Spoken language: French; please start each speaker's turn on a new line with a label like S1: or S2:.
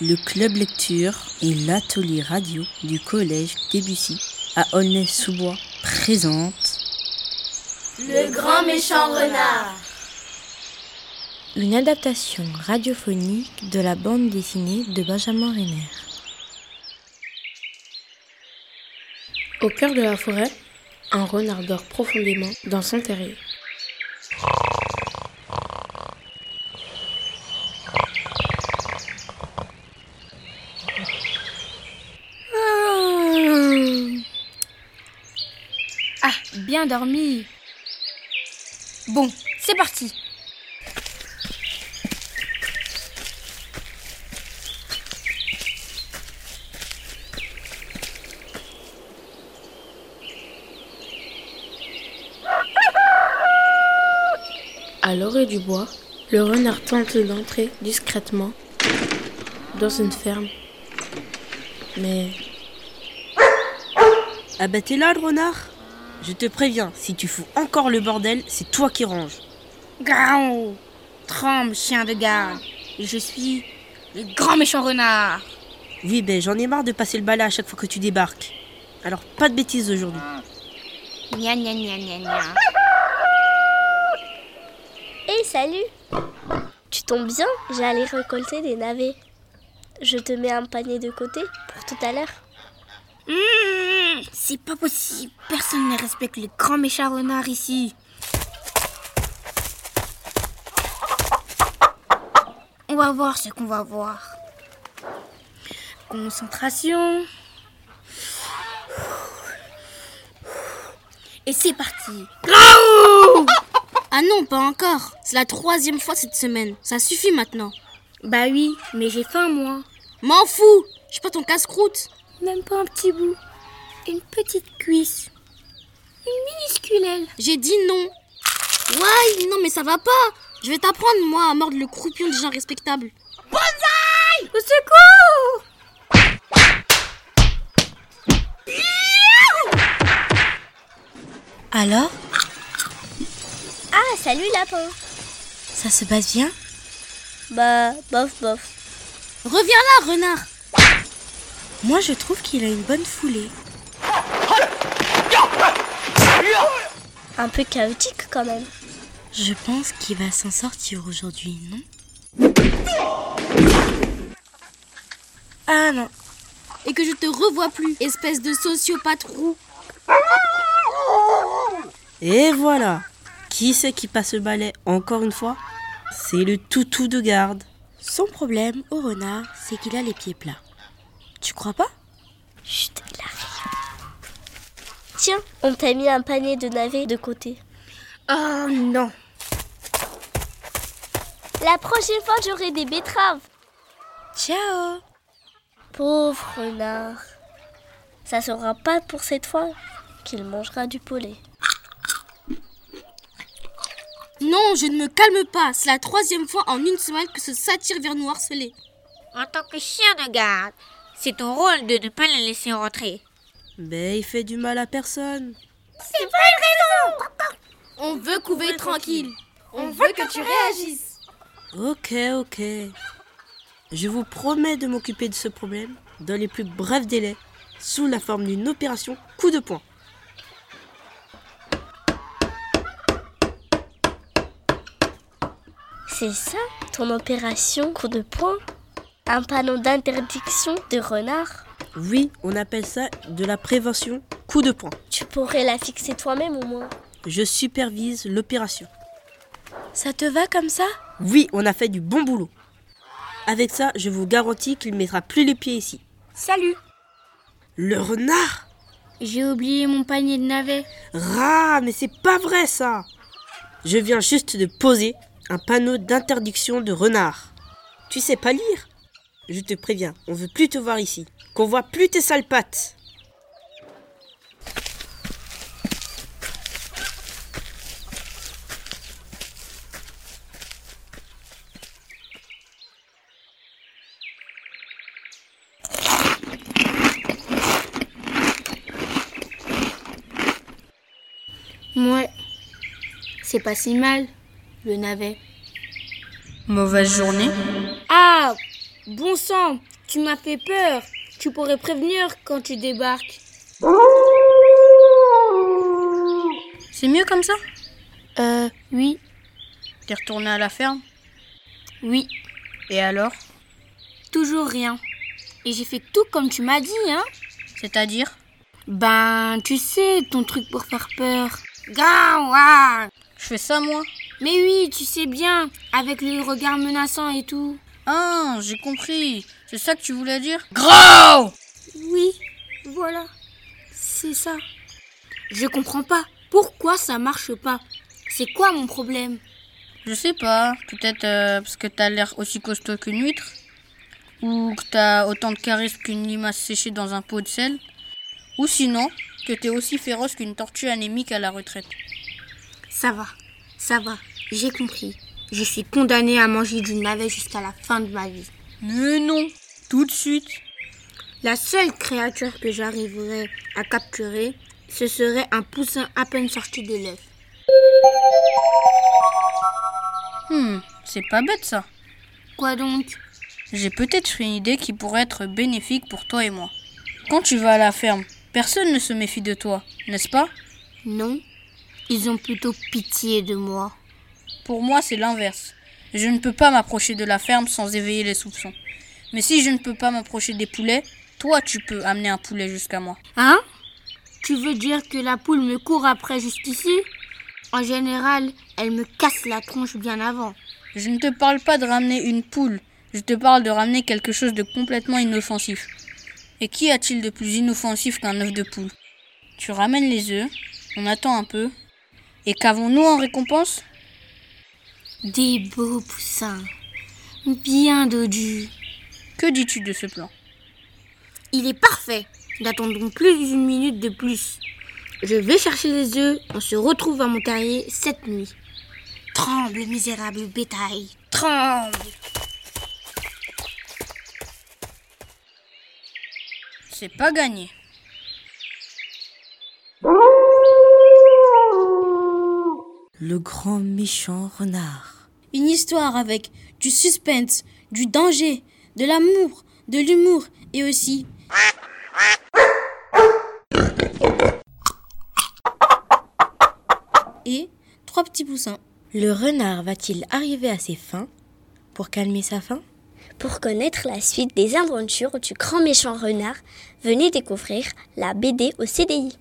S1: le club lecture et l'atelier radio du collège Debussy à Aulnay-sous-Bois présente
S2: Le grand méchant renard.
S3: Une adaptation radiophonique de la bande dessinée de Benjamin Renner.
S4: Au cœur de la forêt, un renard dort profondément dans son terrier.
S5: Ah, bien dormi. Bon, c'est parti.
S4: À l'orée du bois, le renard tente d'entrer discrètement dans une ferme. Mais
S1: Ah Abattez-la, bah, le renard Je te préviens, si tu fous encore le bordel, c'est toi qui ranges.
S5: Graou Tremble, chien de garde. Je suis le grand méchant renard.
S1: Oui, ben j'en ai marre de passer le balai à chaque fois que tu débarques. Alors, pas de bêtises aujourd'hui.
S5: Nia nia nia nia nia.
S6: Hé, Eh, salut Tu tombes bien, j'allais récolter des navets. Je te mets un panier de côté pour tout à l'heure.
S5: Mmh, c'est pas possible. Personne ne respecte le grand méchant renard ici. On va voir ce qu'on va voir. Concentration. Et c'est parti.
S7: Ah non, pas encore. C'est la troisième fois cette semaine. Ça suffit maintenant.
S5: Bah oui, mais j'ai faim moi.
S7: M'en fous. Je suis pas ton casse-croûte.
S5: Même pas un petit bout. Une petite cuisse. Une minuscule aile.
S7: J'ai dit non. Ouais, non mais ça va pas. Je vais t'apprendre moi à mordre le croupion des gens respectables.
S5: Au secours
S3: Alors,
S6: Ah, salut lapin
S3: ça se passe bien
S6: Bah, bof, bof.
S7: Reviens là, renard.
S3: Moi, je trouve qu'il a une bonne foulée.
S6: Un peu chaotique quand même.
S3: Je pense qu'il va s'en sortir aujourd'hui, non Ah non,
S7: Et que je te revois plus, espèce de sociopathe roux.
S1: Et voilà Qui c'est qui passe le balai encore une fois C'est le toutou de garde.
S3: son problème au renard, c'est qu'il a les pieds plats. Tu crois pas
S6: Chut, il arrive. Tiens, on t'a mis un panier de navets de côté.
S5: Oh non
S6: La prochaine fois, j'aurai des betteraves.
S3: Ciao
S6: Pauvre renard. Ça sera pas pour cette fois qu'il mangera du poulet.
S7: Non, je ne me calme pas. C'est la troisième fois en une semaine que ce satire vient nous harceler.
S2: En tant que chien de garde, c'est ton rôle de ne pas le laisser rentrer.
S1: Ben, il fait du mal à personne.
S7: On veut couver tranquille.
S1: Ok, ok. Je vous promets de m'occuper de ce problème dans les plus brefs délais, sous la forme d'une opération coup de poing.
S6: C'est ça, ton opération coup de poing Un panneau d'interdiction de renard
S1: Oui, on appelle ça de la prévention coup de poing.
S6: Tu pourrais la fixer toi-même au moins.
S1: Je supervise l'opération.
S3: Ça te va comme ça
S1: Oui, on a fait du bon boulot. Avec ça, je vous garantis qu'il ne mettra plus les pieds ici.
S5: Salut
S1: Le renard
S5: J'ai oublié mon panier de navets.
S1: Rah, mais c'est pas vrai ça Je viens juste de poser un panneau d'interdiction de renard. Tu sais pas lire Je te préviens, on veut plus te voir ici. Qu'on voit plus tes sales pattes.
S4: ouais, c'est pas si mal, le navet.
S8: Mauvaise journée
S4: Ah,
S7: Bon sang, tu m'as fait peur. Tu pourrais prévenir quand tu débarques.
S8: C'est mieux comme ça
S7: Euh, oui.
S8: T'es retourné à la ferme
S7: Oui.
S8: Et alors
S7: Toujours rien. Et j'ai fait tout comme tu m'as dit, hein
S8: C'est-à-dire
S7: Ben, tu sais, ton truc pour faire peur.
S8: Je fais ça moi
S7: Mais oui, tu sais bien, avec le regard menaçant et tout.
S8: Ah, j'ai compris. C'est ça que tu voulais dire
S7: Oui, voilà. C'est ça. Je comprends pas. Pourquoi ça marche pas C'est quoi mon problème
S8: Je sais pas. Peut-être euh, parce que t'as l'air aussi costaud qu'une huître. Ou que t'as autant de charisme qu'une limace séchée dans un pot de sel. Ou sinon, que t'es aussi féroce qu'une tortue anémique à la retraite.
S7: Ça va, ça va, j'ai compris. Je suis condamnée à manger du navet jusqu'à la fin de ma vie.
S8: Mais non Tout de suite
S7: La seule créature que j'arriverais à capturer, ce serait un poussin à peine sorti de l'œuf.
S8: Hmm, c'est pas bête ça.
S7: Quoi donc
S8: J'ai peut-être une idée qui pourrait être bénéfique pour toi et moi. Quand tu vas à la ferme, personne ne se méfie de toi, n'est-ce pas
S7: Non, ils ont plutôt pitié de moi.
S8: Pour moi, c'est l'inverse. Je ne peux pas m'approcher de la ferme sans éveiller les soupçons. Mais si je ne peux pas m'approcher des poulets, toi, tu peux amener un poulet jusqu'à moi.
S7: Hein Tu veux dire que la poule me court après jusqu'ici En général, elle me casse la tronche bien avant.
S8: Je ne te parle pas de ramener une poule, je te parle de ramener quelque chose de complètement inoffensif. Et qu'y a-t-il de plus inoffensif qu'un œuf de poule Tu ramènes les œufs, on attend un peu, et qu'avons-nous en récompense
S7: Des beaux poussins. Bien dodus.
S8: Que dis-tu de ce plan
S7: Il est parfait. N'attendons plus une minute de plus. Je vais chercher les œufs. On se retrouve à mon terrier cette nuit. Tremble, misérable bétail. Tremble.
S8: C'est pas gagné.
S3: Le grand méchant renard.
S7: Une histoire avec du suspense, du danger, de l'amour, de l'humour et aussi.
S3: Et trois petits poussins. Le renard va-t-il arriver à ses fins pour calmer sa faim
S6: Pour connaître la suite des aventures du grand méchant renard, venez découvrir la BD au CDI.